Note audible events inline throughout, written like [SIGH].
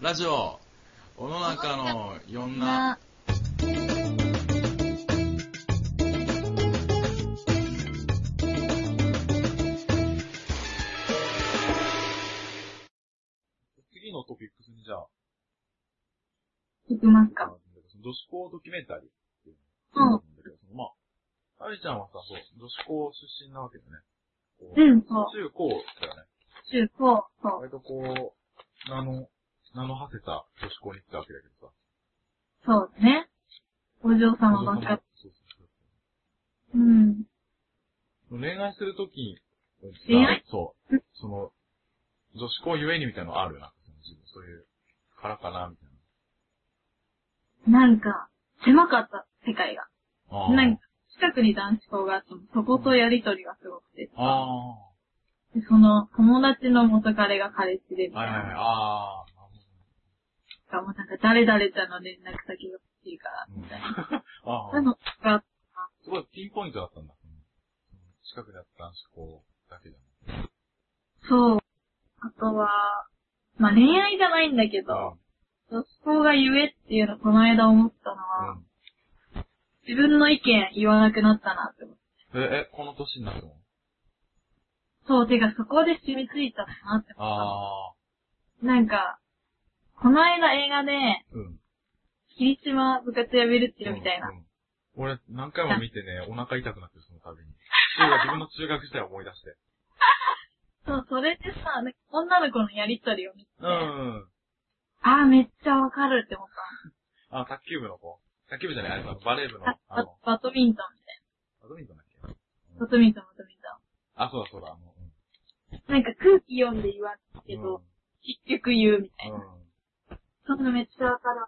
ラジオ世の中のいろんなな、次のトピックスにじゃあ、行きますか。その女子校ドキュメンタリーっていううのんを見たんだけど、そのまあ、アリちゃんはさ、そう女子校出身なわけだね。こううん、そう。中高だよね。中高、そう。割とこう、名の、名の馳せた女子校に行ったわけだけどさ。そうね。お嬢様ばっかそうそうそうり。うん。恋愛するときにさ、恋愛そう。その、女子校ゆえにみたいなのあるな。その自分そういう、からかな、みたいなんか、狭かった、世界が。な。あーなんか、近くに男子校があっても、そことやりとりがすごくて。あでその、友達の元彼が彼氏で、みあ。はたいいはいはい。な。ああ。かもうなんか、誰々ちゃんの連絡先が欲しいから、うんみたいな。あなあ。のが、すごいピンポイントだったんだ。うん近くだった男子校だけじゃそう。あとは、まあ、恋愛じゃないんだけなど、女子校がゆえっていうの、この間思ったのうは、ん。自分の意見言わなくなったなって思ってえ、え、この年になってもそう、てかそこで染みついたなって思っああ。た。なんか、この間映画で、うん。霧島部活やめるってよみたいなう。ん。うん俺、何回も見て [LAUGHS] ね、お腹痛くなってる、その度に。中学自分の中学時代を思い出 [LAUGHS] して。そう、それでさ、なんか女の子のやりとりを見て、うん。あーめっちゃわかるって思っあ、卓球部の子。卓球部じゃない、あれさ、バレー部のた。、ああの、バドミントンみたいバドミントンだっけな。バドミントン、バドミントあ、そうだそうだ、あの、うんン。なんか空気読んで言わんけど、結局言うみたういん。な。うん。そんなめっちゃわかる。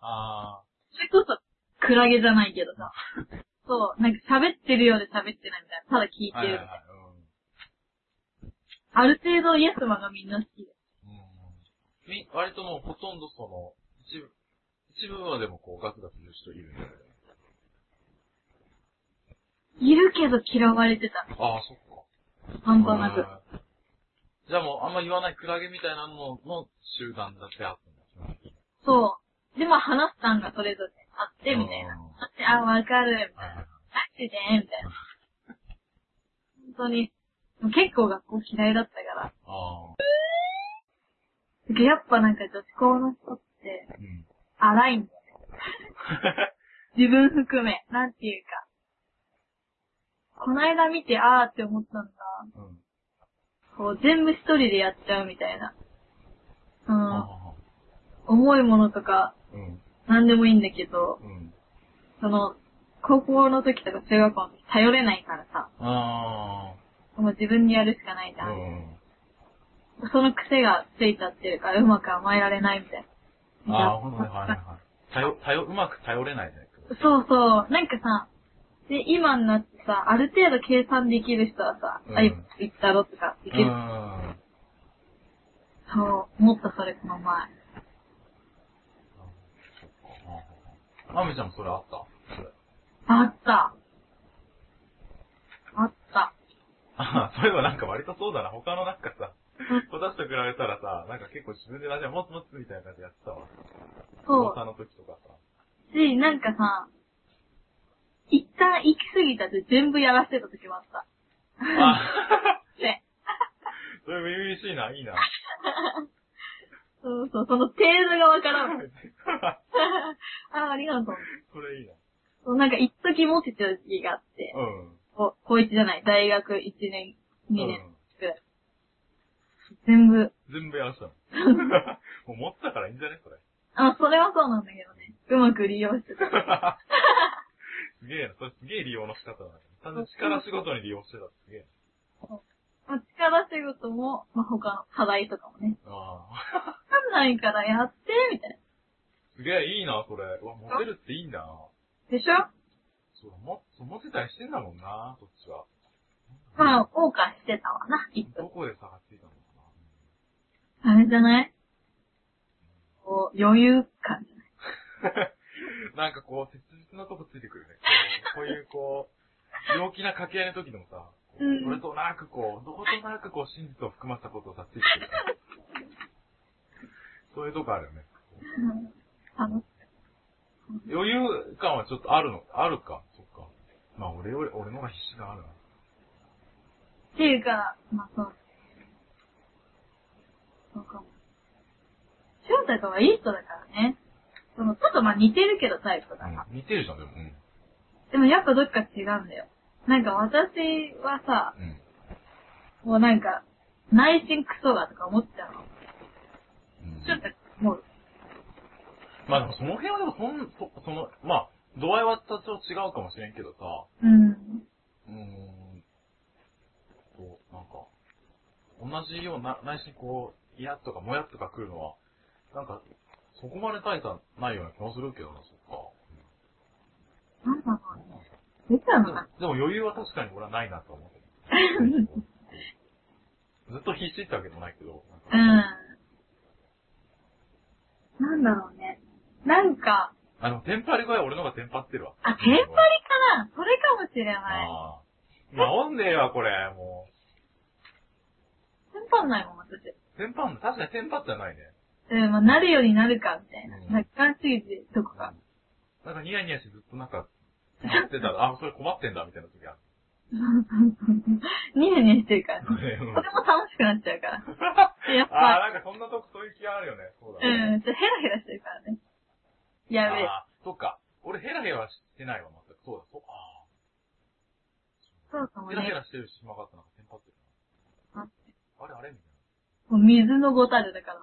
あそれこそ、クラゲじゃないけどさ。そう、なんか喋ってるようで喋ってないみたいな。ただ [LAUGHS] 聞ー。いてはいはいる。はい。ある程度イエスマンがみんな好きで。うん。うん。み、割ともうほとんどその、一部、一部はでもこうガツガツ言う人いるんだよね。いるけど嫌われてた。ああ、そっか。半端なく。へーじゃあもう、あんま言わないクラゲみたいなのの集団だけあったんだ。そう。で、まあ話すんがそれぞれあって、みたいな。あって、あ、わかる、みたいな。あってね、みたいな。本当に、もう結構学校嫌いだったから。ああ。てかやっぱなんか女子校の人って、うん。荒いんだよ。自分含め、なんていうか。こないだ見て、あーって思ったのが、うん。こう全部一人でやっちゃうみたいな。うん。ああ。重いものとか、うん。なんでもいいんだけど、うん。その、高校の時とか中学校の時頼れないからさ、あもう自分でやるしかないじあ。ゃ。うんん。その癖がついちゃってるからうまく甘えられないみたいな。ああ、ほんとね、はいはいはい。頼、頼、うまく頼れないね。そうそう、なんかさ、で、今になってさ、ある程度計算できる人はさ、うんあ、言ったろとか、でうきる。ん。そう、もっとそれこの前。まみちゃんもそれあったあった。あった。ああ、そういえばなんか割とそうだな。他のなんかさ、子たちと比べたらさ、なんか結構自分でラジオ持つ持つみたいな感じでやってたわ。そう。高三の時と [LAUGHS] かさ。し、なんかさ、一旦行き過ぎたって全部やらせてた時もあった。あ [LAUGHS] ね。それ初々しいな、いいな。 [LAUGHS] そうそう、その程度がわからん。 [LAUGHS] あ、ありがとう。それいいな。そうなんか一時持ってた時があって、うん。こ高一じゃない、大学1年、2う年んくらい。全部。全部やら [LAUGHS] したの。もう持ってたからいいんじゃねそれ。あ、それはそうなんだけどね。うまく利用してた。すげえな。それすげえ利用の仕方だね。単純に力仕事に利用してた。すげえまあ、力仕事も、まあ、他の課題とかもね。な。ああ。わかんないからやって、みたいすげえいいな、それ。うわ、モテるっていいんだな。な。でしょそうだ、も、そうモテたりしてんだもんな、そっちは。まあ、謳歌してたわな、一分どこで差がついたのかな。あれじゃないこう、余裕感。なん [LAUGHS] かこう、切実なとこついてくるね。こうこういうこう、陽気な掛け合いの時でもさ、こううんそれとなくこう、どことなくこう、真実を含ませたことをさ、ついてくるから。そういうとこあるよね。うん楽し余裕感はちょっとあるのあるか。そっか。まあ俺より、俺の方が必死があるな。い。っていうか、まあそう。そうかも。翔太君はいい人だからね。その、ちょっとまあ似てるけどタイプだから。うん。似てるじゃん、でも。うん。でもやっぱどっか違うんだよ。なんか私はさ、うん。もうなんか、内心クソがとか思っちゃうの。うんちょっと、もう、まあでもその辺はでもそん、そ、その、まあ、度合いは多少違うかもしれんけどさ、うん。うーん、と、なんか、同じような、内心こう、嫌とかもやっとか来るのは、なんか、そこまで大差ないような気もするけどな、そなんだろうっね。か。出ちゃうでものかなでも余裕は確かに俺はないなと思って。ずっと必死ってわけでもないけど、うなんかん。なんだろうね。なんか、あの、テンパり具合俺の方がテンパってるわ。あ、テンパりかなそれかもしれない。ああ。まあ、んねえわ、これ、もテンパんないもん、私。う。テンパん、確かにテンパってはないね。うん、まあ、なるようになるか、みたいなうん。楽観主義とか [LAUGHS] が。なんかニヤニヤしてずっとなんか、困ってたら、あ、それ困ってんだ、みたいな時ある。ニヤニヤしてるからね。うとんても楽しくなっちゃうから。 [LAUGHS] やっあぱ、ー、なんかそんなとこ、そういう気があるよね。そうだ、ね。うん、ちょっとヘラヘラしてるからね。やべえ。あーそっか。俺ヘラヘラしてないわ、全く。そうだ、そう、あそうかもーヘラヘね。ラしてるし、まがあったなんかテンパってるな。あれあれみたいな。もう水のごたるだから。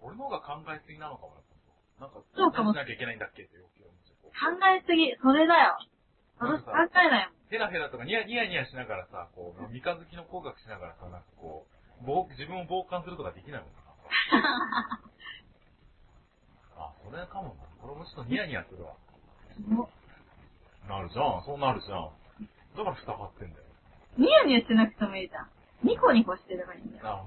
俺の方が考えすぎなのかもな。なんか、そうかも何しなきゃいけないんだっけって要求を持ってこう考えすぎ、それだよ。私考えないもん。ヘラヘラとかニヤニヤニヤしながらさ、こう、三日月の口角しながらさ、なんかこう、傍自分を傍観するとかできないもん [LAUGHS] な。あ、それかもな。俺もちょっとニヤニヤするわ。もなるじゃん、そうなるじゃん。だから蓋張ってんだよ。うニヤニヤしてなくてもいいじゃん。ニコニコしてればいいんだよ。あ、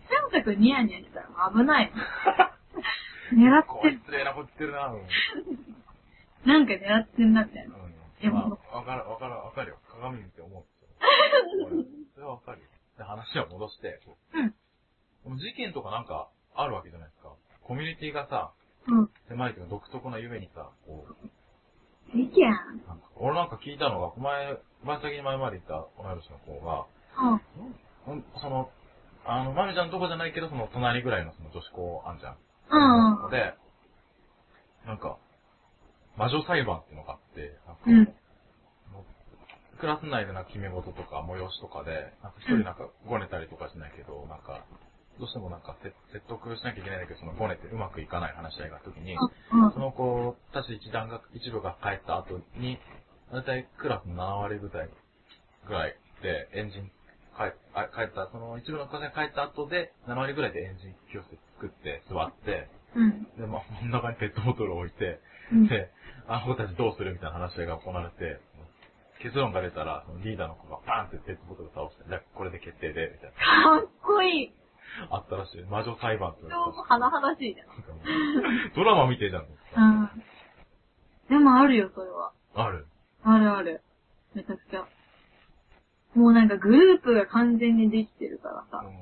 ちゃんたくんニヤニヤしたら危ないよ。うん。狙っこてうる。失礼なこと言ってるな、うん。うん。なんか狙ってんなって。でもまあわかる、わかる、わかるよ。鏡見て思うんですよ。それはわかるよ。で、話は戻して。ううんん。事件とかなんかあるわけじゃないですか。コミュニティがさ、うん。狭いけど独特なゆえにさ、こう、いけやん。なんか、俺なんか聞いたのが、前、前先に前まで行った同い年の子が、うん。ほんその、あの、まみちゃんとこじゃないけど、その隣ぐらいのその女子校あんじゃん。うん。で、なんか、魔女裁判っていうのがあって、なんかうんクラス内でなんか決め事とか催しとかで、なんか一人なんかごねたりとかしないけど、なんか、どうしてもなんかせ説得しなきゃいけないんだけど、そのごねてうまくいかない話し合いがあった時に、うん。その子たち一団が、一部が帰った後に、だいたいクラスの7割ぐらいぐらいで、エンジン、帰あ帰った、その一部の子が帰った後で、7割ぐらいでエンジン教室作って座って、うん。で、まあ、真ん中にペットボトルを置いて、うん。で、あの子たちどうするみたいな話し合いが行われて、結論が出たら、そのリーダーの子がバーンってペットボトル倒して、じゃあこれで決定で、みたいかっこいい。な。あったらしい。魔女裁判っていう超のが華々しいじゃん。ドラマ見てえじゃん。うん。でもあるよ、それは。ある。あるある。めちゃくちゃ。もうなんかグループが完全にできてるからさ。うん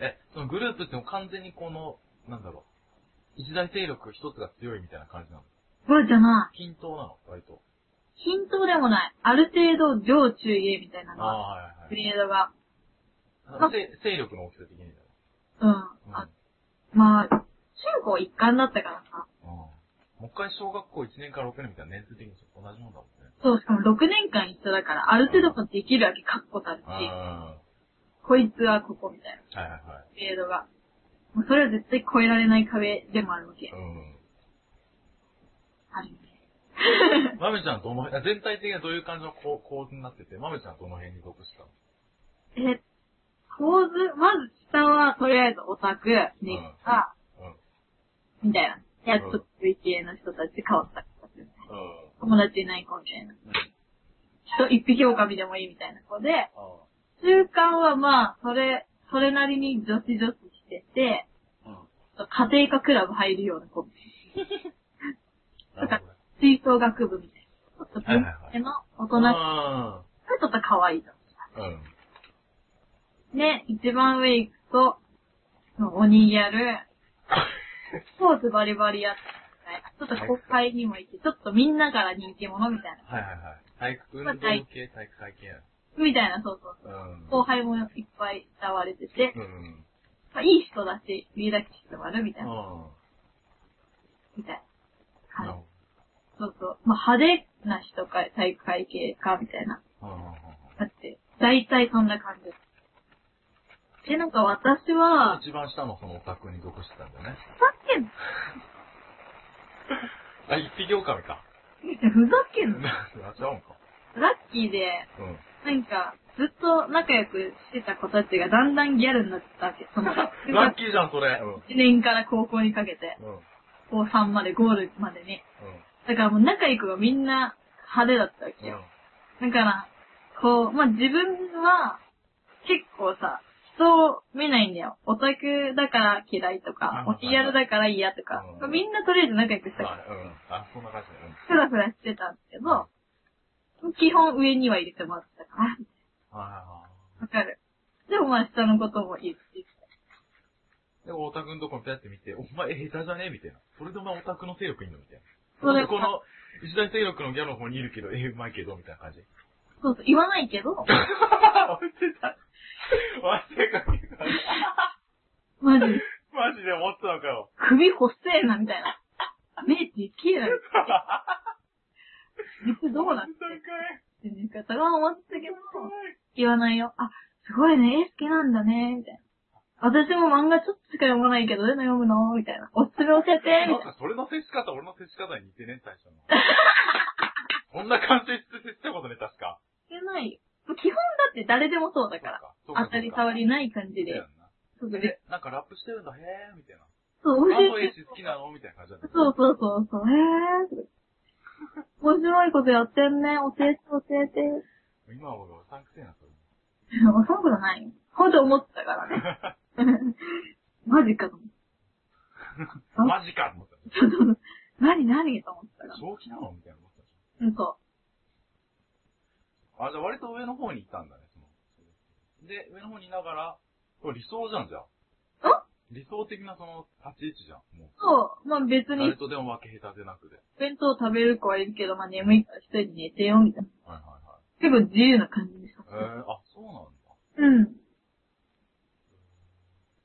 え、そのグループっても完全にこの、なんだろう、一大勢力一つが強いみたいな感じなのうわ、じゃない。均等なの割と。均等でもない。ある程度上中下みたいなのが、ああー、グはいレードが。はい。せ勢力の大きさ的にだよ。うん。うんあまあ、中高一貫だったからさ。うんもう一回小学校1年から6年みたいな年数的に同じもんだもんね。そう、しかも6年間一緒だから、ある程度もできるわけ確固たるし、あこいつはここみたいな、あ、はいはいはグレードが。もうそれは絶対超えられない壁でもあるわけい。。うあるよね。ん。まめちゃんどの辺、あ全体的にはどういう感じの構構図になってて、まめちゃんどの辺に属したの [LAUGHS] え、構図、まず下はとりあえずオタク、ネッカうん。ー、みたいな。やっと類系の人たち変わった子たち。うん。友達いない子みたいな。うん。人一匹狼でもいいみたいな子で、あ中間はまあ、それ、それなりに女子女子してて、あ。うん。家庭科クラブ入るような子。なるほどね。吹奏楽部みたいな。ちょっと文はいはいは系の大人、ちょっと可愛いと。うん。うん。で、一番上行くと、の鬼やる、スポーツバリバリやって、ちょっと国会にも行って、ちょっとみんなから人気者みたいな。はいはいはい。体育、運動系、体育会系やみたいな、そうそうそう。うん。後輩もいっぱい慕われてて、うん。まあ、いい人だし、見出し人もあるみたいな、あみたいあ。な。なはるい。ほそうそう。まあ、派手な人か、体育会系か、みたいな。ど。うんうんうんだって、大体そんな感じ。で、なんか私うんは、一番下のそのオタクに属してたんだよね。ふざけんなあ、一匹狼か。ふざけんなな、なっちゃうんか。ラッキーで、うん。なんか、ずっと仲良くしてた子たちがだんだんギャルになってたわけ。そ [LAUGHS] の、ラッ1キーじゃん、それ。うん。年から高校にかけて、うん。うん。高3まで、ゴールまでね。だからもう仲良い子がみんな派手だったわけうよ。ん。だから、こう、まあ、自分は、結構さ、人を見ないんだよ。オタクだから嫌いとか、うんオシギャルだから嫌とか、うんみんなとりあえず仲良くしたはい、うん。あ、そんな感じだよ。ふらふらしてたんですけど、基本上には入れてもらってたから、うん。はいはいはい。わかる。でもまあ下のことも言ってきて、で、オタクのとこにペって見て、お前下手じゃねえみたいな。それでお前オタクの勢力いんのみたいな。それでこの、一大勢力のギャルの方にいるけど、え、うまいけど、みたいな感じ。そうそう、言わないけど、 [LAUGHS] 忘れた。忘れかけた。マジ、マジで思ってたのかよ。首細えな、みたいな。目でけえな、みたいな。肉 [LAUGHS] どうなっ本 [LAUGHS] 当にかいてんのか、とか思ってたけど、怖い言わないよ。あ、すごいね、絵好きなんだね、みたいな。私も漫画ちょっとしか読まないけど、どういうの読むのみたいな。おすすめ教えて、みたいなんな。かそれの接し方、俺の接し方に似てね、最初の。 [LAUGHS] こんな感じで接したことね、確か。してないよ。基本だって誰でもそうだから。そうか当たり障りない感じで。そうそうで、なんかラップしてるんだ、へー、みたいな。そう、何面の白い絵。師好きなのみたいな感じだった。そうそうそうそう、へえー。面白いことやってんね。教えて、教えて。今は俺、おさんくせえな、それ。おさんくないよ。ほんと思ってたから [LAUGHS] ね。マジかと思って。マジかと思った。ちょっと、何何と思ってたか正気なのみたいな思ってたでしら。うん、そょあ、じゃあ割と上の方に行ったんだね、その。で、上の方にいながら、これ理想じゃん、じゃう。んん理想的なその立ち位置じゃん。もそう。まあ別う。に誰、とでも分け隔てなくで。弁当食べる子はいるけど、まあ眠いから一人で寝てよ、みたいな。はい結構自由な感じでした。はいはい。えー、あ、そうなんだ。うん。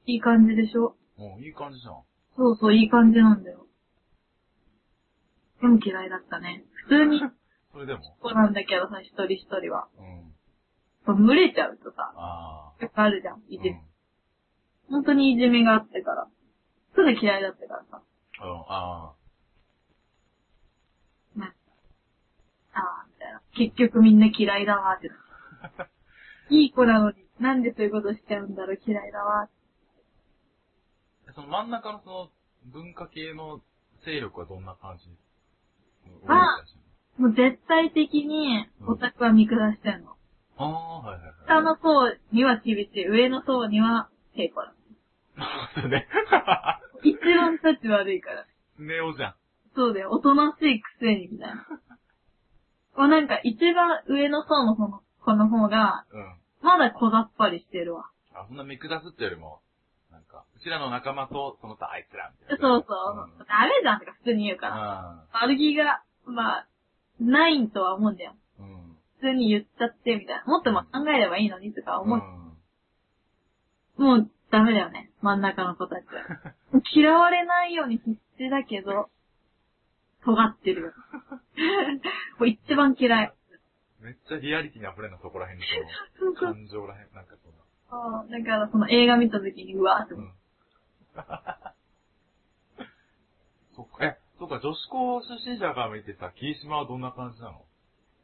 いい感じでしょもういい感じじゃん。そうそう、いい感じなんだよ。でも嫌いだったね。普通に、それでも。子なんだけどさ、 [LAUGHS] 一人一人は。うん。やっぱ群れちゃうとさ、あよくあるじゃん、ー。いじめ。うん本当にいじめがあってから。すぐ嫌いだったからさ。うん、あああ、みたいな。結局みんな嫌いだわ、って。いい子なのに、なんでそういうことしちゃうんだろう、嫌いだわ。ー。その真ん中のその、文化系の勢力はどんな感じあもう絶対的に、オタクは見下してんの。あー、はいはいはい。 [LAUGHS] 下の層には厳しい、上の層には平子だ。なるほどね。 [LAUGHS] 一番立ち悪いから。スネ夫じゃん。そうだよ、おとなしいくせに、みたいな。もうなんか、一番上の層の方の、子の方が、うん。まだ小ざっぱりしてるわ。あ、そんな見下すってよりも、なんか、うちらの仲間と、その他あいつらみたそいうな。そう。ダメじゃんとか普通に言うから。あ悪気が、まあ、ないとは思うんだよ。あ、うん。普通に言っちゃって、みたいな。もっとも考えればいいのにとか思うう。ん。もう、ダメだよね。真ん中の子たち [LAUGHS] は。嫌われないように必死だけど、尖ってるよ。 [LAUGHS] もう一番嫌い。めっちゃリアリティに溢れんな、そこら辺のそうそその、う感情ら辺、なんかそんな。そう。だから、その映画見た時に、うわーってう思う。ん。 [LAUGHS] そっか、え、そっか、女子校出身者から見てさ、霧島はどんな感じなの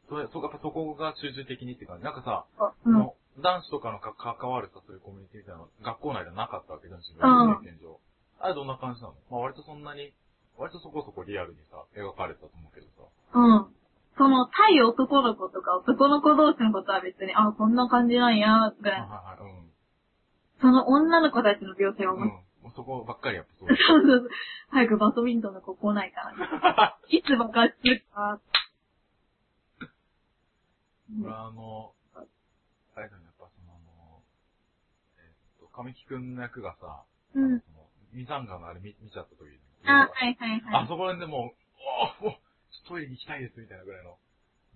それ、そ、やっぱそこが集中的にって感じ。なんかさ、うん。その男子とかのか関わるさ、そういうコミュニティみたいなの、学校内ではなかったわけじゃん、自分の経験上。あれどんな感じなのまあ割とそんなに、割とそこそこリアルにさ、描かれてたと思うけどさ。うん。その、対男の子とか男の子同士のことは別に、あ、こんな感じなんや、ぐらいの。はいはいはい、うん。その女の子たちの描写がうん。面白い。もうそこばっかりやっぱそうだ。 [LAUGHS] そうそうそう。早くバドミントンの子来ないから。いつ爆発するか。うん俺あの、あれだね、やっぱそのあの、えっと、神木くんの役がさ、うん。その二三巻のあれ見見ちゃった時に。あ、はいはいはあい。そこら辺でもう、おおトイレに行きたいですみたいなぐらいの、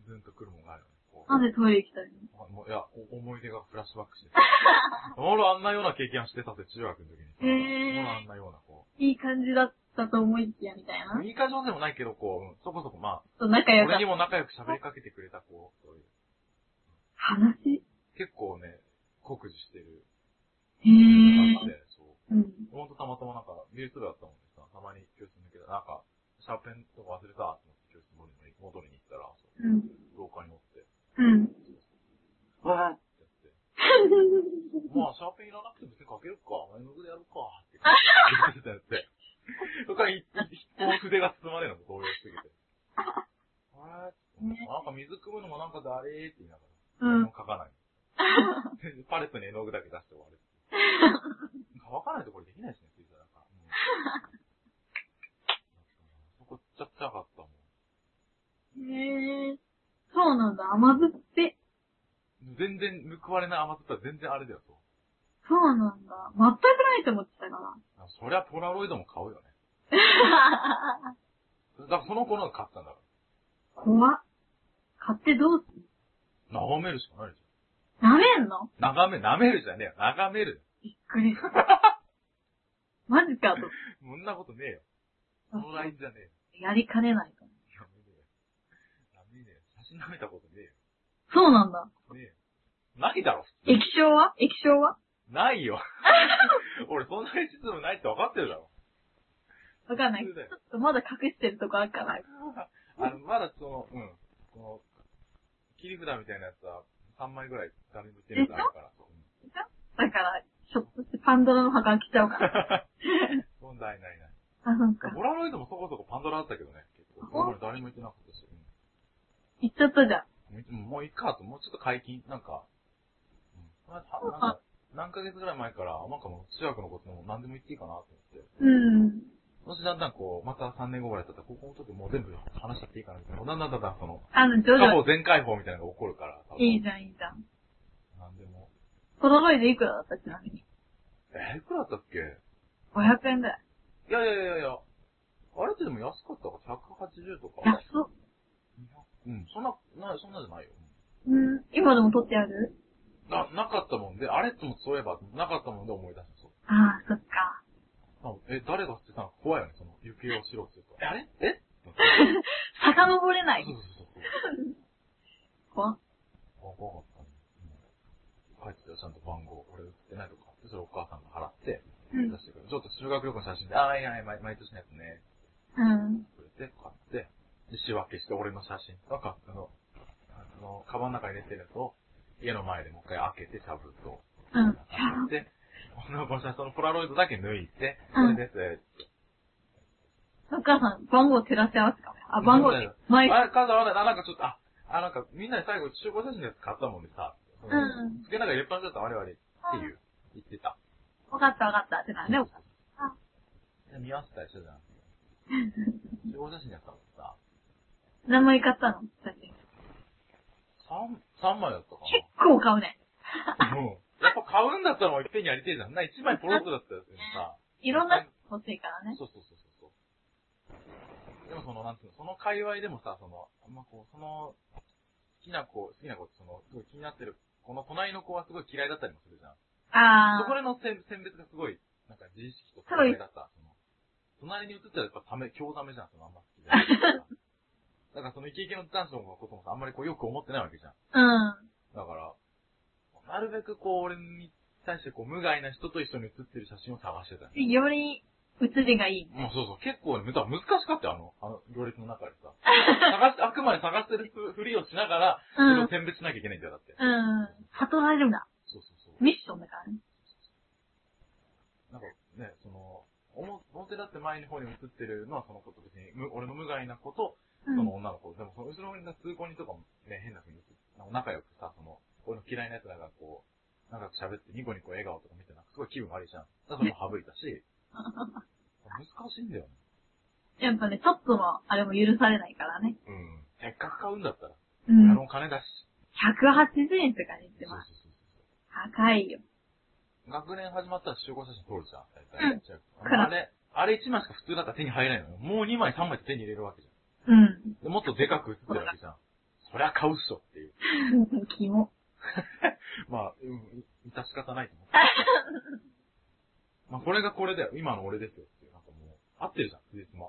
ずんと来るもんがあるよね。こうなんでトイレ行きたいのあもういや、こう思い出がフラッシュバックして。 [LAUGHS] 俺あんなような経験をしてたって、中学の時にさ。へー俺あんなような、こいい感じだったと思いきや、みたいな。う。ちょいい感情でもないけど、こううん、そこそこまあ、っと仲良か俺にった。も仲良く喋りかけてくれた子、そういう話結構ね、酷似してるへ感じぇで、そう。ー。うん。ほんとたまたまなんか、美術部だったもんでさ、たまに教室抜けた、なんか、シャーペンとか忘れたと思って教室戻りに戻りに行ったら、そううん。廊下におって、うん。わーってやって、まあ、シャーペンいらなくて別にかけるか、前の具でやる [LAUGHS] か、って言ってたやつで。そこから一本筆が進まねえのも動揺しすぎて。あれなんか水汲むのもなんかだれーって言いながら。うんも書 [LAUGHS] かない。パレットに絵の具だけ出して終わる。乾かないとこれできないですね、水彩だから。うんそ [LAUGHS] こちっちゃっちゃかったもん。へぇー。そうなんだ、甘酸っぱい。全然報われない甘酸ったら全然あれだよ、そう。そうなんだ。全くないと思ってたかあそりゃポラロイドも買うよね。ら。だからその子のが買ったんだか怖っ。買ってどうするら。眺めるしかないでしょ。舐めんの眺め、舐めるじゃねえよ。眺める。びっくり [LAUGHS] した。マジかと。そんなことねえよ。そのラインじゃねえよ。やりかねないと。やめねえよ。やめねえよ。写真舐めたことねえよ。そうなんだ。ねえよ。ないだろ、普通液晶は液晶はないよ。 [LAUGHS] 俺そんなに実務ないって分かってるだろ。わかんない。ち普通だよょっとまだ隠してるとこあるから。あの、まだその、うん。この、切り札みたいなやつは3枚ぐらい誰にも手にあるから。うんだから、ちょっとしてパンドラの箱開けちゃおうか [LAUGHS] な。問題ないない。あ、そうか。ボラ [LAUGHS] ロイドもそこそこパンドラだったけどね。結構。俺誰も言ってなかったし。うん行っちゃったじゃん。もういいかと、もうちょっと解禁、なんか、うんまあ、なんか何ヶ月ぐらい前から、なんかもう中学のことも何でも言っていいかなと思って。うん。もしだんだんこう、また3年後ぐらい経ったら、ここの時もう全部話しちゃっていいかなみたいな。もうだんだんだんだんその、あの、徐過々去全開放みたいなのが起こるから、多分に。いいじゃん、いいじゃん。何でも。ポロロイドいくらだったちなみに。えー、いくらだったっけ500円ぐらい。いやいやいやいや。あれってでも安かったから、180とか。安っ。 200うん、そんな、な、そんなじゃないよ。うん。今でも取ってあるな、なかったもんで、あれってもそういえば、なかったもんで思い出した。そうああ、そっか。あえ、誰が捨てたの怖いよね、その、行方を知ろうって言うと。あれえ遡れないそう。そうそうそう。怖っあ、怖かったね。うん。書いてたよ、ちゃんと番号。俺売ってないとか。で、それお母さんが払って、うん出。してくれる。ちょっと修学旅行の写真で、あーいやいや、毎毎年のやつね。うん。くれて、買って、で、仕分けして、俺の写真とか、あの、あの、カバンの中に入れてると、家の前でもう一回開けて、シャブと、うん。で、このこの写真、そのポラロイドだけ抜いて、そうんれです、えーお母さん、番号照らせ合わせかもよ。あ、番号で。毎あれ、カズあれ、あなんかちょっと、あ、あ、なんか、みんなに最後、集合写真のやつ買ったもんでさ、そのうん机の中に入れっぱなしだった我々っていう、言ってた。わかったわかったってなるね、お母さでん。見合わせたりしてたじゃん。集合写真のやつだもんさ、何枚買ったの写真。結三、三枚だったか構買うね。な。うん。やっぱ買うんだったらもういっぺんにやりてえじゃん。な、一枚ポロッとだったやつにさ、いろんな欲しいからね。そうそうそうそうそう。でもその、なんつうの、その界隈でもさ、その、あんまこう、その、好きな子、好きな子ってその、すごい気になってる、この隣の子はすごい嫌いだったりもするじゃん。あそこあ。での選選別がすごい、なんか自意識とそうでめすだった。その隣に映ったらやっぱため、強ダメじゃん、そのあんま好きじ [LAUGHS] ゃない。だからそのイケイケの男子のこともさ、あんまりこうよく思ってないわけじゃん。うん。だから、なるべくこう俺に対してこう無害な人と一緒に写ってる写真を探してたね。でより、写りがいい。もうそうそう、結構ね、だから難しかったよ、あの、あの行列の中で [LAUGHS] さ。探して、あくまで探してるふふりをしながら、うそん。れうをん。選別しなきゃいけないんだよ、だって。悟られるんだ。そうそうそう。ミッションだからね。なんかね、その、表表だって前の方に映ってるのはそのこと別に、む俺の無害な子と、うそん。の女の子、でもその後ろに通行人とかもね、変な風に映って、なんか仲良くさ、その、俺の嫌いな奴らがこう、仲良く喋ってニコニコ笑顔とか見てなんかすごい気分悪いじゃん。だからそれも省いたし、難しいんだよね。 [LAUGHS] やっぱね、ちょっとの、あれも許されないからね。うん。せっかく買うんだったら、うあん。180の金だし。円とかで言ってます。そうそうそうそう高いよ。学年始まったら集合写真撮るじゃん、う大ん体。黒あれ、あれ1枚しか普通だったら手に入らないのよ。もう2枚3枚って手に入れるわけじうん。 [LAUGHS] ゃん。でもっとでかく写ってるわけじゃん。そりゃ買うっしょっていう。キモ。まあ、うん、いた仕方ないと思う。まあ、これがこれだよ。今の俺ですよっていう。なんかもう、合ってるじゃん、つじつま。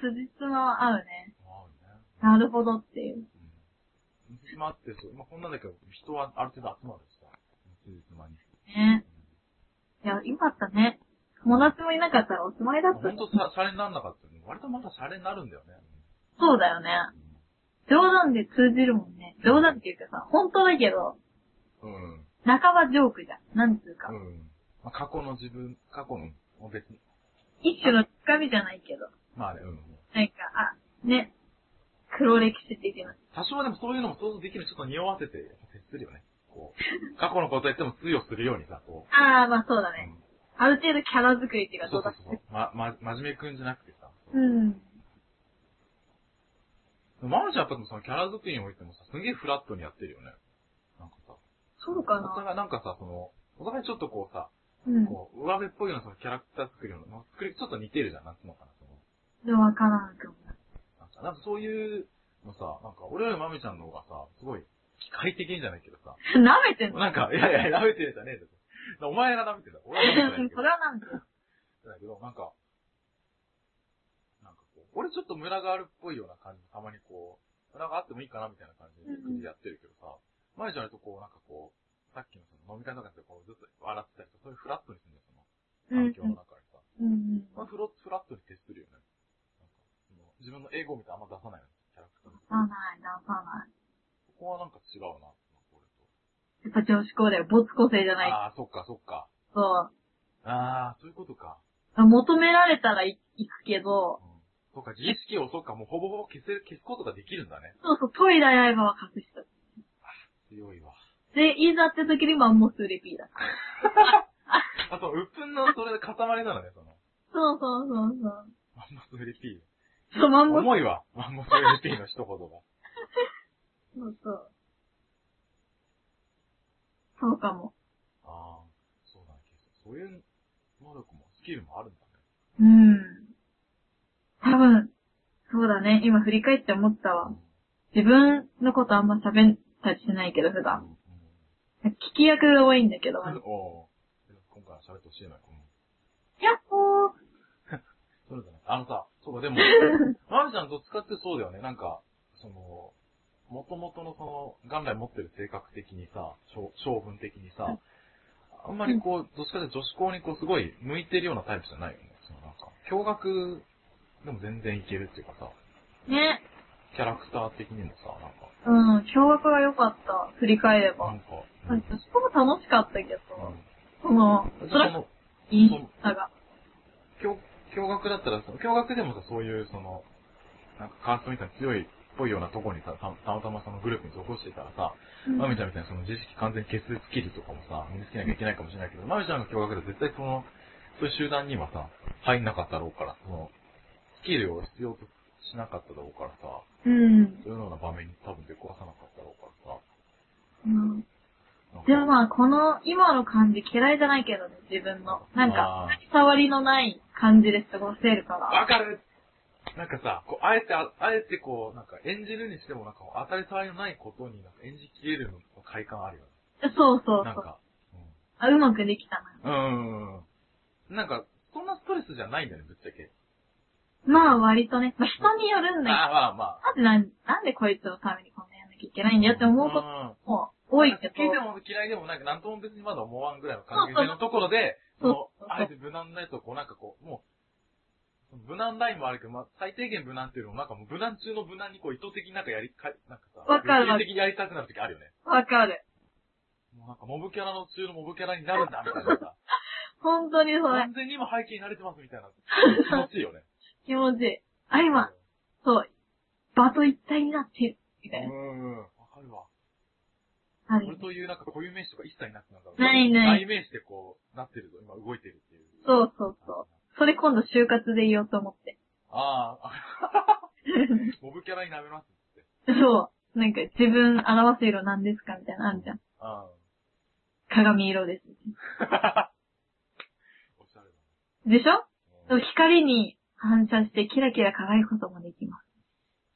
辻褄は合うね。合うね。なるほどっていう。うん。つじつまってそう。まあ、こんなんだけど、人はある程度集まるしさ。つじつまに。ね。いや、よかったね。友達もいなかったらおしまいだまあったほんね。とさ、シャレになんなかったよね。割とまたシャレになるんだよね。そうだよね。冗談で通じるもんね。冗談っていうかさ、本当だけど、うん。うん。半ばジョークじゃん。なんつうかう。ん。まあ、過去の自分、過去の、もう別に。一種のつかみじゃないけど。まああれ、うん。なんか、あ、ね。黒歴史って言ってます。多少はでもそういうのも想像できるようにちょっと匂わせて、接するよね。こ [LAUGHS] う。過去のこと言っても通用するようにさ、こああ、まあそうだう。ねう。んある程度キャラ作りっていうか、そどううそだうそう。ま、ま、真面目くんじゃなくてさ。うん。マルちゃんやっぱでもそのキャラ作りにおいてもさ、すげえフラットにやってるよね。なんかさ。そうかおな。互いなんかさ、その、お互いちょっとこうさ、うん。こう、上辺っぽいようなそのキャラクター作りの、まあ作り、ちょっと似てるじゃん、なんつうのかな、その。で、わからんかも。なんか、なんかそういうのさ、なんか俺よりまみちゃんの方がさ、すごい、機械的にじゃないけど [LAUGHS] さ、舐めてんのなんか、いやいや、舐めてるじゃねえぞ。お前が舐めてるんだ。俺は舐めてないけそど。れはなんだよ。だけど、なんか、なんかこう、俺ちょっとムラがあるっぽいような感じ、たまにこう、ムラがあってもいいかなみたいな感じでうんやってるけどさ、マリちゃんとこう、なんかこう、さっきのその飲み会とかでこう、ずっと笑ってたりとか、そういうフラットにするんだよ、その、環境の中でさ。うんうん。まあ、フロフラットに徹するよね。なんか、その自分の英語みたいなあんま出さないよね、キャラクターに。出さない、出さない。ここはなんか違うな、俺と。やっぱ女子校だよ。没個性じゃないああ、そっか、そっか。と。ああ、そういうことか。求められたらい行くけうんど、。そっか、自意識を、そっか、もうほぼほぼ消せる、消すことができるんだね。そうそう、トイレやれば隠した。強いわ。で、いざって時にはもうすぐレピーだ。あ、そう、うっぷんの、それ、塊なのね、その。そうそうそうそう。マンモス LP。そう、まんま、重いわ、マンモス LP の一言が。そうそう。そうかも。 [LAUGHS] ああ、そうだね、そういう能力も、スキルもあるんだね。うん。多分、そうだね。今振り返って思ったうわん。自分のことあんま喋ったりしないけど、普段。聞き役が多いんだけど。うん。おー今回は喋ってほしいな、うんやっほー。そうだね。あのさ、そうか、 [LAUGHS] でも、マルちゃんどっちかってそうだよね。なんか、その、元々のその、元来持ってる性格的にさ、性性分的にさ、あんまりこう、どっちかっていうと女子校にこう、すごい向いてるようなタイプじゃないよね。そのなんか、驚愕でも全然いけるっていうかさ、ね。キャラクター的にもさ、なんか、うん、驚愕が良かった。振り返れなばん。か、うん、女子校も楽しかったけど、うその、ん。じそゃあれその、印象が。驚驚愕だったら、その驚愕でもさ、そういう、その、なんかカーストみたいに強いっぽいようなとこにさ、たたまたまそのグループに属してたらさ、うんまみちゃんみたいなその自意識完全に消すスキルとかもさ、身につけなきゃいけないかもしれないけど、まみちゃんが驚愕で絶対その、そういう集団にはさ、入んなかったろうから、その、スキルを必要としなかっただろうからさ、うん。そういうような場面に多分出くわさなかったろうからさ、うんなんかでもまあ、この、今の感じ嫌いじゃないけどね、自分の。なんあかー、触りのない感じで過ごせるから。わかるなんかさ、こう、あえて、ああえてこう、なんか演じるにしてもなんか当たり障りのないことになんか演じきれるの快感あるよね。そうそうなんそう。か、あうまくできたな。うん。うんうんうん。なんか、そんなストレスじゃないんだよね、ぶっちゃけ。まあ、割とね。まあ、人によるんだけど、ああ、まあまあ。なんでなん、なんでこいつのためにこんなやんなきゃいけないんだよって思うこととも多いけ好。どきでも嫌いでもなんか、なんとも別にまだ思わんぐらいの関係性のところで、そそうの、あえて無難なやつをこうなんかこう、もう、無難ラインもあるけど、まあ、最低限無難っていうのもなんかもう無難中の無難にこう意図的になんかやり、かなんかさ、わかるわ的にやりたくなる時あるよね。わかる。もうなんか、モブキャラの中のモブキャラになるんだ、みたいなさ。本当 [LAUGHS] にそれ、完全に今背景に慣れてます、みたいな。 [LAUGHS] 気持ちいいよね。気持ちいい。あ、今、そう、場と一体になっている。みうたいな。んうん。わかるわ。ある俺というなんか固有名詞とか一切なくなるから。ないない代名詞でこう、なってるぞ、今動いてるっていう。そうそうそう。それ今度就活で言おうと思って。ああ、モブキャラになめますって。そう。なんか自分表す色なんですかみたいなのあるじゃん。あ鏡色です。おしゃれだでしょね。そう光に反射してキラキラ輝くこともできます。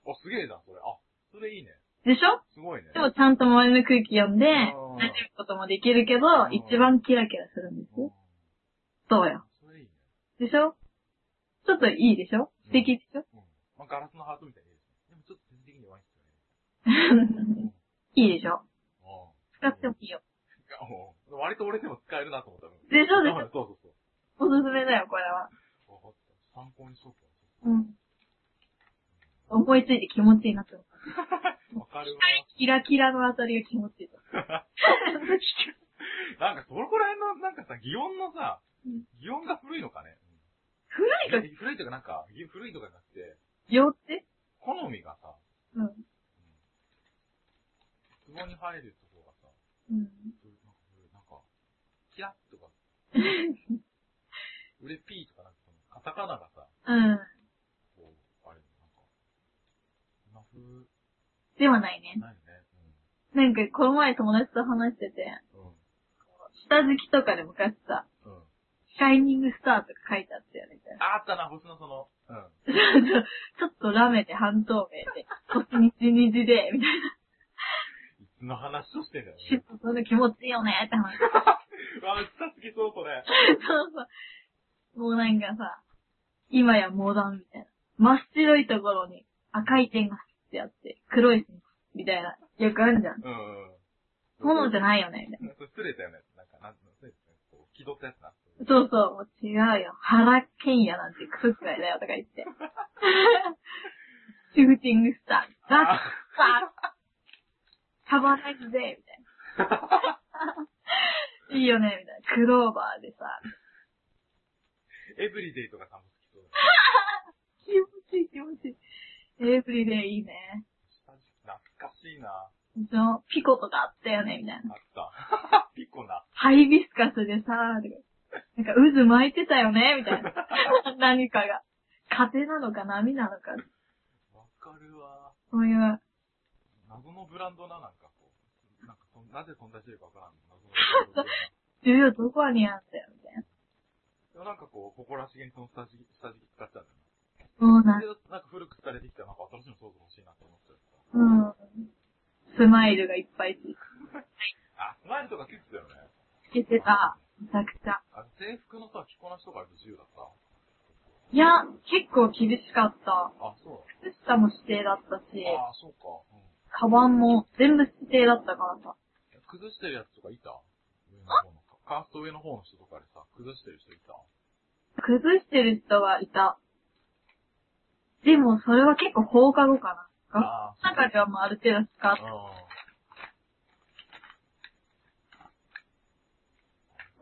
お、すげえな、それ。あ、それいいね。でしょすごいね。でもちゃんと周りの空気読んで、あー馴染むこともできるけどあ、ー一番キラキラするんですうんよ。そうよ。それいいね。でしょちょっといいでしょ素敵でしょ [LAUGHS] うん。まあ、ガラスのハートみたいにいいですね。でもちょっと全体的に弱いですよね。いいでしょあ使ってもいいよ。あ。もう、割と俺でも使えるなと思ったの。でしょでしょそうそうそう。おすすめだよ、これは。わかった参考にしようか。うん。思いついて気持ちいいなって思った。わかるわ。キラキラのあたりが気持 [LAUGHS] ちいいと。なんかそこら辺の、なんかさ、擬音のさうん、擬音が古いのかね。古いか古い古いとかなんか、ぎ古いとかじゃなくて、行って好みがさ、うん。壺に入るとこがさ、うん。古いなんか古い、なんか、キラッと [LAUGHS] か、ウレピーとかなんかその、カタカナがさ、うん。こう、あれ、なんか、今風、ではないね。ないよね。なんか、この前友達と話してて、うん。下敷きとかで昔さ、うん。うん。シャイニングスターとか書いてあったよね、みたいな。 [LAUGHS] あったな、星のその、うん。ちょっとラメで半透明で、こっちにじにじで、みたいな。いつの話をしてんだよ、ね。シュッとするの気持ちいいよね、って話。うわ、めっちゃ好きそう、それ。そうそう。もうなんかさ、今やモダンみたいな。真っ白いところに赤い点がってあって、黒い線みたいな。よくあるじゃん。うん。炎じゃゃないよね、みたいそれ失礼だよね。なんか、なんつうの、失礼だよね。こう、気取ったやつな。な。そうそう、もう違うよ。原賢也なんてクソくらいだよ、とか言って。 [LAUGHS] シューティングスター。あだっさ、サバナイズで、みたいな。いいよね、みたいな。クローバーでさ、エブリデイとかさんも好きそうだね。気持ちいい気持ちいい。エブリデイいいね。下敷き懐かしいな。その、ピコとかあったよね、みたいな。あ [LAUGHS] った。ピコな。ハイビスカスでさ、とかなんか渦巻いてたよね、みたいな。何かが。風なのか波なのか。わかるわ。そういう、謎のブランドな、なんかこう。なんかそん、なぜ存在してるかわからん。謎のブランドで。重要どこにあったよ、みたいな。でもなんかこう、誇らしげにその下敷き、下敷き使っちゃうんだよね。そうなんでなんか古くされてきたら、なんか新しいの想像欲しいなって思っちゃう。うん。スマイルがいっぱいつあ、スマイルとかキュッてたよね。けてた。めちゃくちゃ。あの制服のさ、着こなしとかあれ自由だった。いや、結構厳しかった。あ、そう靴下も指定だったし、だ。ああ、そうか。うん。カバンも全部指定だったからさ。崩してるやつとかいた上の方のか。カースト上の方の人とかでさ、崩してる人いた崩してる人はいた。でも、それは結構放課後かな。学あ校の中ではもうある程度使っああ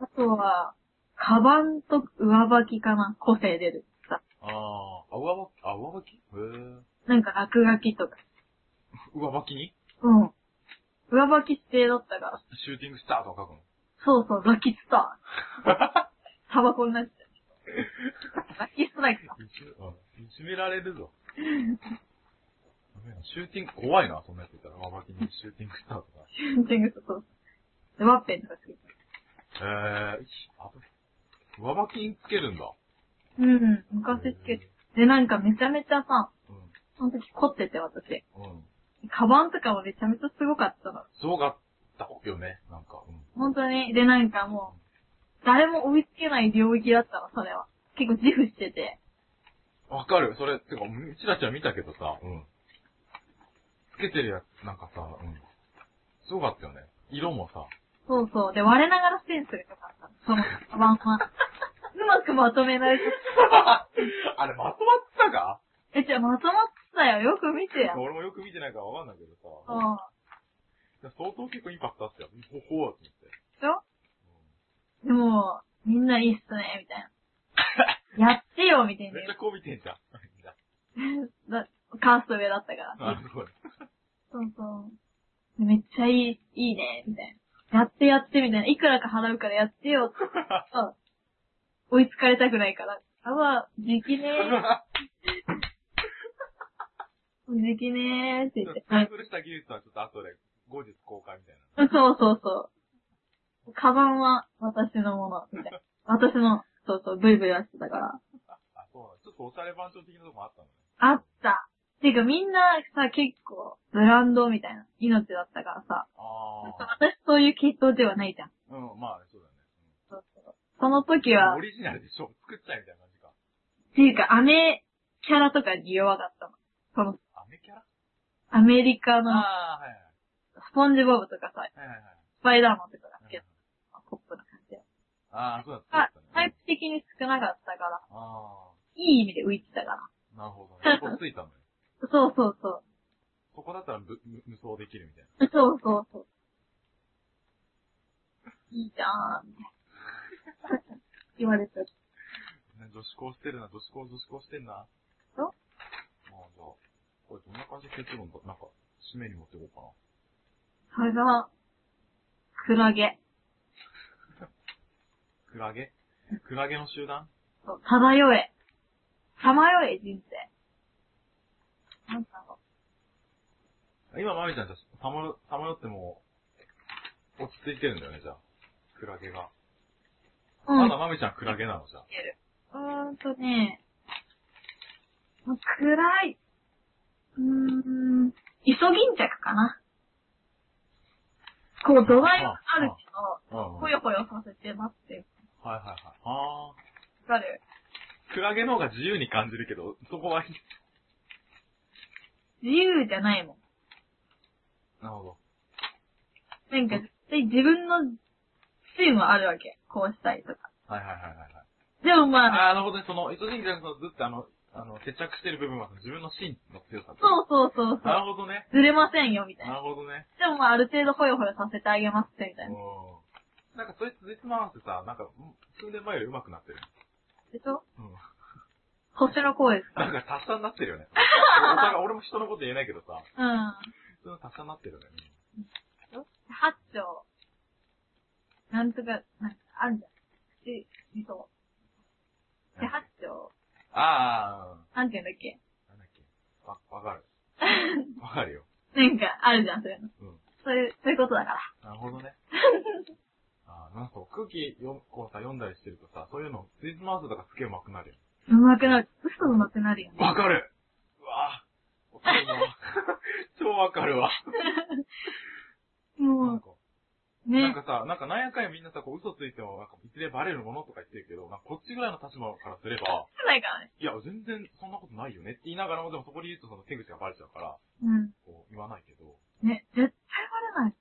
あとは、カバンと上履きかな個性出る。さ。あ。ああ。上履き、あ、上履きへえ。なんか落書きとか。上履きにうん。上履き指定だったから。シューティングスターとか書くのそうそう、ラッキースター。タバコになっちゃう。ラッキーストライクか。いじうんいじめられるぞ。ダメだシューティング、怖いな、そんなやついたら。上履きにシューティングスターとか。シューティングスそう。でワッペンとかつけて。ええー、あぶ上履きにつけるんだ。うん、昔つけて。で、なんかめちゃめちゃさ、うん。その時凝ってて私。うん。カバンとかもめちゃめちゃすごかったの。すごかったよね、なんか。うん。本当に。で、なんかもう、誰も追いつけない領域だったの、それは。結構自負してて。わかる。それ、てか、うんチラチラ見たけどさ、うん。つけてるやつ、なんかさ、うん。すごかったよね。色もさ、そうそう。で、割れながらセンスが良かったの。その、カバンは。うまくまとめられて。 [LAUGHS] あれまとまってたかえ、じゃあまとまってたよ。よく見てよ。俺もよく見てないからわかんないけどうんさ、。相当結構インパクトあったよ。ほほーってでしょでも、みんないいっすね、みたいな。やってよ、みたい思って。なめっちゃこびてんじゃ [LAUGHS] ん。みんなだ。カースト上だったから。あ、すごい。そうそう。でめっちゃいい、いいね、みたいな。やってやって、みたいな。いくらか払うからやってよ、って。うん追いつかれたくないから。あ、まあ、時期ねー。時期ねーって言って。開封した技術はちょっと後で、後日公開みたいな。そうそうそう。カバンは私のもの、みたいな。私の、そうそう、ブイブイはしてたから。あ、そうなの。ちょっとおしゃれ番長的なとこもあったのね。あった。ていうかみんなさ、結構、ブランドみたいな、命だったからさ。あ私そういう系統ではないじゃん。あ。うん、まあね、そうだね。そうそう。その時うんはオ、リジナルでしょ作っちゃえみたいな感じか。っていうか、アメキャラとかに弱かったの。その、アメキャラアメリカのああ、はいスポンジボブとかさ、はい。はいはいはい。スパイダーマンとかが好きだっうんたの。ポップな感じで。ああ、そうだった。あそうだったタねイプ的に少なかったから、あいい意味で浮いてたから。あ、なるほどね。そこついたのね。そうそうそう。そこだったらぶ無無双できるみたいな。そうそうそう。いいじゃん、みたいな。 [LAUGHS] 言われた。ね女子校してるな、女子校、女子校してんな。そまあうじゃあ、これどんな感じで結論だなんか、締めに持っていこうかな。それが、クラゲ。クラゲクラゲの集団そう漂え。さまよえ、人生。なんだろ今、まみちゃんじゃあ、たまよ、たまよっても、落ち着いてるんだよね、じゃあ。クラゲが。う。うん。まだまみちゃんクラゲなの、じゃあ。うーんとね、もう暗い。うーん、イソギンチャクかな。こう、度合いはあるけど、うんうん。ほはいよほよさせてますって。はいはい。あわかるー。クラゲの方が自由に感じるけど、そこは、自由じゃないもん。なるほど。なんか、絶対自分のチームはあるわけ。こうしたいとか。はいはいはいはいはい。でもまあ、あー、なるほどね。その、イソジンジャのずっとあの、あの、接着してる部分はその自分の芯の強さと。そうそうそうそなう。るほどね。ずれませんよ、みたいなな。るほどね。でもまあ、ある程度ほよほよさせてあげますって、みたいな。うん。なんか、そいつ、いつも合わせてさ、なんか、うん数年前より上手くなってる。でしょうん。星の声ですかなんか、達者になってるよ [LAUGHS] ね。お互い、俺も人のこと言えないけどさ、うん。その達者になってるよね。八丁。なんとか、なんか、あるじゃん。口、味噌。で、八丁。あなんて言うんだっけー、なんだっけ。わ、わか [LAUGHS] る。わかるよ。なんか、あるじゃん、そういうの。うん。そういう、そういうことだから。なるほどね。 [LAUGHS] あーなんかそう、空気よ、こうさ、読んだりしてるとさ、そういうの、スイーツマウスとかすげえ上手くなるよ。うまくなる。嘘うまくなるよね。わかるうわぁ。わかるわ。 [LAUGHS] 超わかるわ。なんもかう、なんね。かさ、なんかなんやかんやみんなさ、こう嘘ついても、なんかいずれバレるものとか言ってるけど、なんかこっちぐらいの立場からすれば、少ないからね。いや、全然そんなことないよねって言いながらも、でもそこに言うとその手口がバレちゃうから、うん。こう言わないけど、ね、絶対バレない。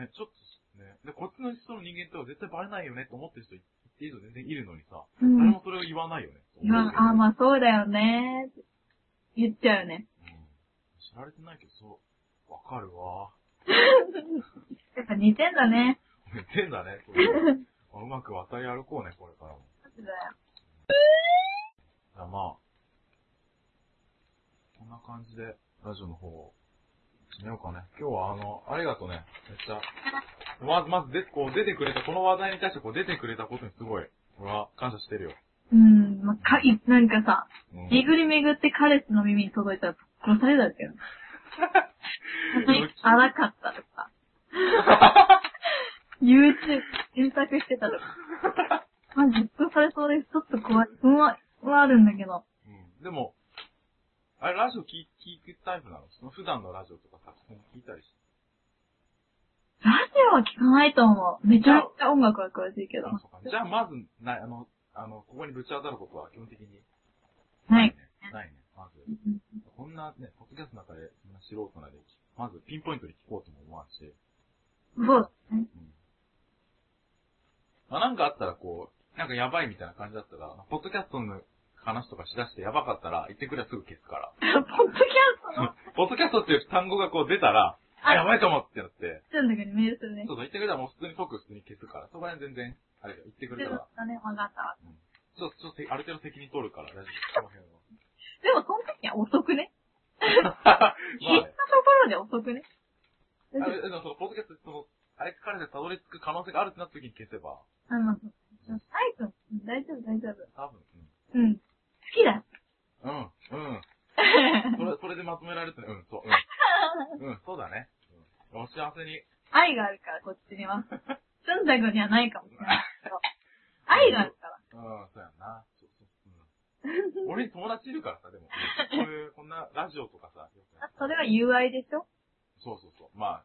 ね、ちょっと、ね、で、こっちの人の人間って絶対バレないよねって思ってる人一定以上全然いるのにさ、う誰んも。それを言わないよね。今、ああ、まあそうだよねーって言っちゃうよね。うん知られてないけど、そう、わかるわ。やっぱ似てんだね。似てんだね、 [LAUGHS] そういうのあうまく渡り歩こうね、これからも。そうだよ。じゃあまあ、こんな感じで、ラジオの方を、締めようかね。今日はあの、ありがとうね。めっちゃ、まず、まずで、こう出てくれた、この話題に対してこう出てくれたことにすごい、俺は感謝してるよ。うん、まあ、か、い、なんかさ、うん。巡り巡って彼氏の耳に届いたら殺されたんだけど。本当に荒かったと [LAUGHS] か。YouTube 検索してたとか。まあ、実行されそうです。ちょっと怖い。不安はあるんだけど。うんでも、あれ、ラジオ聞い聞くタイプなのその普段のラジオとかさ、聞いたりしラジオは聞かないと思う。めちゃくちゃ音楽は詳しいけてどあ。そうかじゃあまず、なあの、あの、ここにぶち当たることは基本的に、はいね。ないね、まず。うんこんなね、ポッドキャストの中で、そんな素人なで、まずピンポイントで聞こうとも思わんし、そうだね。うん。まあ、なんかあったらこう、なんかやばいみたいな感じだったら、ポッドキャストの話とかしだしてやばかったら、言ってくれはすぐ消す [LAUGHS] かポッドキャストのら。ポッドキャストっていう単語がこう出たら、あ、あやばいかもってなって、ちゃんだけにメールするね。そうそう、言ってくれたらもう普通に即普通に消すから、そこら辺全然、あれだよ、言ってくれでたもら、だね、わかったわ。ちょっと、ちょっと、ある程度責任取るから、大丈 [LAUGHS] 夫。この辺は。でも、その時は遅くね。ま行あっねたところで遅くね。あれ、でもその、ポッドキャスト、その、あれからでたどり着く可能性があるってなった時に消せば、あの、タイ君、うん大丈夫、大丈夫。多分、うん。うん。好きだ。 [LAUGHS] うん、うん。 [LAUGHS] それ、それでまとめられてね、うん、そう、うん。うん、そうだね。うんお幸せに、愛があるから、こっちには。住んだ子にはないかもしれないけど。愛があるから。うん、そうやんな。そうそううん、俺に友達いるからさ、でも。こういう、こんなラジオとかさ、よくや [LAUGHS] あるそれは友愛でし [LAUGHS] ょそうそうそう。まあ、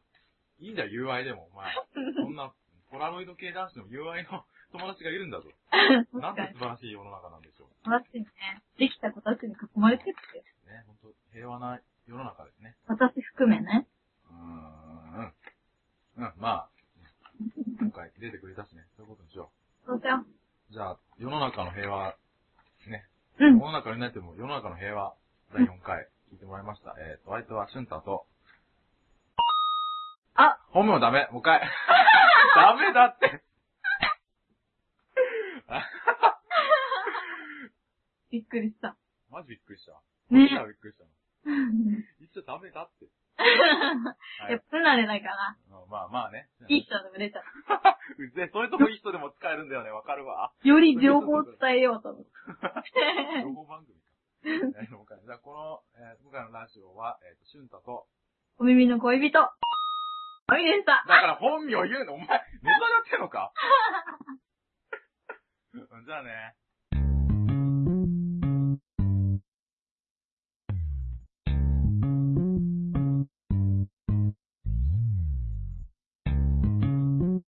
いいんだよ、UI でも。お前、そんな、ポラロイド系男子でも UI の [LAUGHS] 友達がいるんだぞ。確なんかてに。素晴らしい世の中なんでしょう。素晴らしいね。できた子たちに囲まれてるって。ね、ほんと、平和な世の中ですね。私含めね。うーん。うん、まあ、今回出てくれたしね、そういうことにしよそうじゃん。う。じゃあ、世の中の平和、ね。う世ん。の中になっても世の中の平和、第4回、聞いてもらいました。えーと、お相手は、俊太と、あ、本名ダメ、もう一 [LAUGHS] 回。ダメだって。びっくりした。マジびっくりした。ね俺らびっくりしたの。言っちゃダメだって。はいやっぱ不慣れないかな。うんまあまあね。いい人でも出ちゃっうぜ、それともいい人でも使えるんだよね、わかるわ。た。より情報を伝えようと [LAUGHS] 思って。情報番組か。えー今回じゃあ、この、えー今回のラジオは、えっ、と、俊太と、お耳の恋人。おいでした。だから [LAUGHS] 本名言うの、お前、ネタやってんのかうんじゃあね。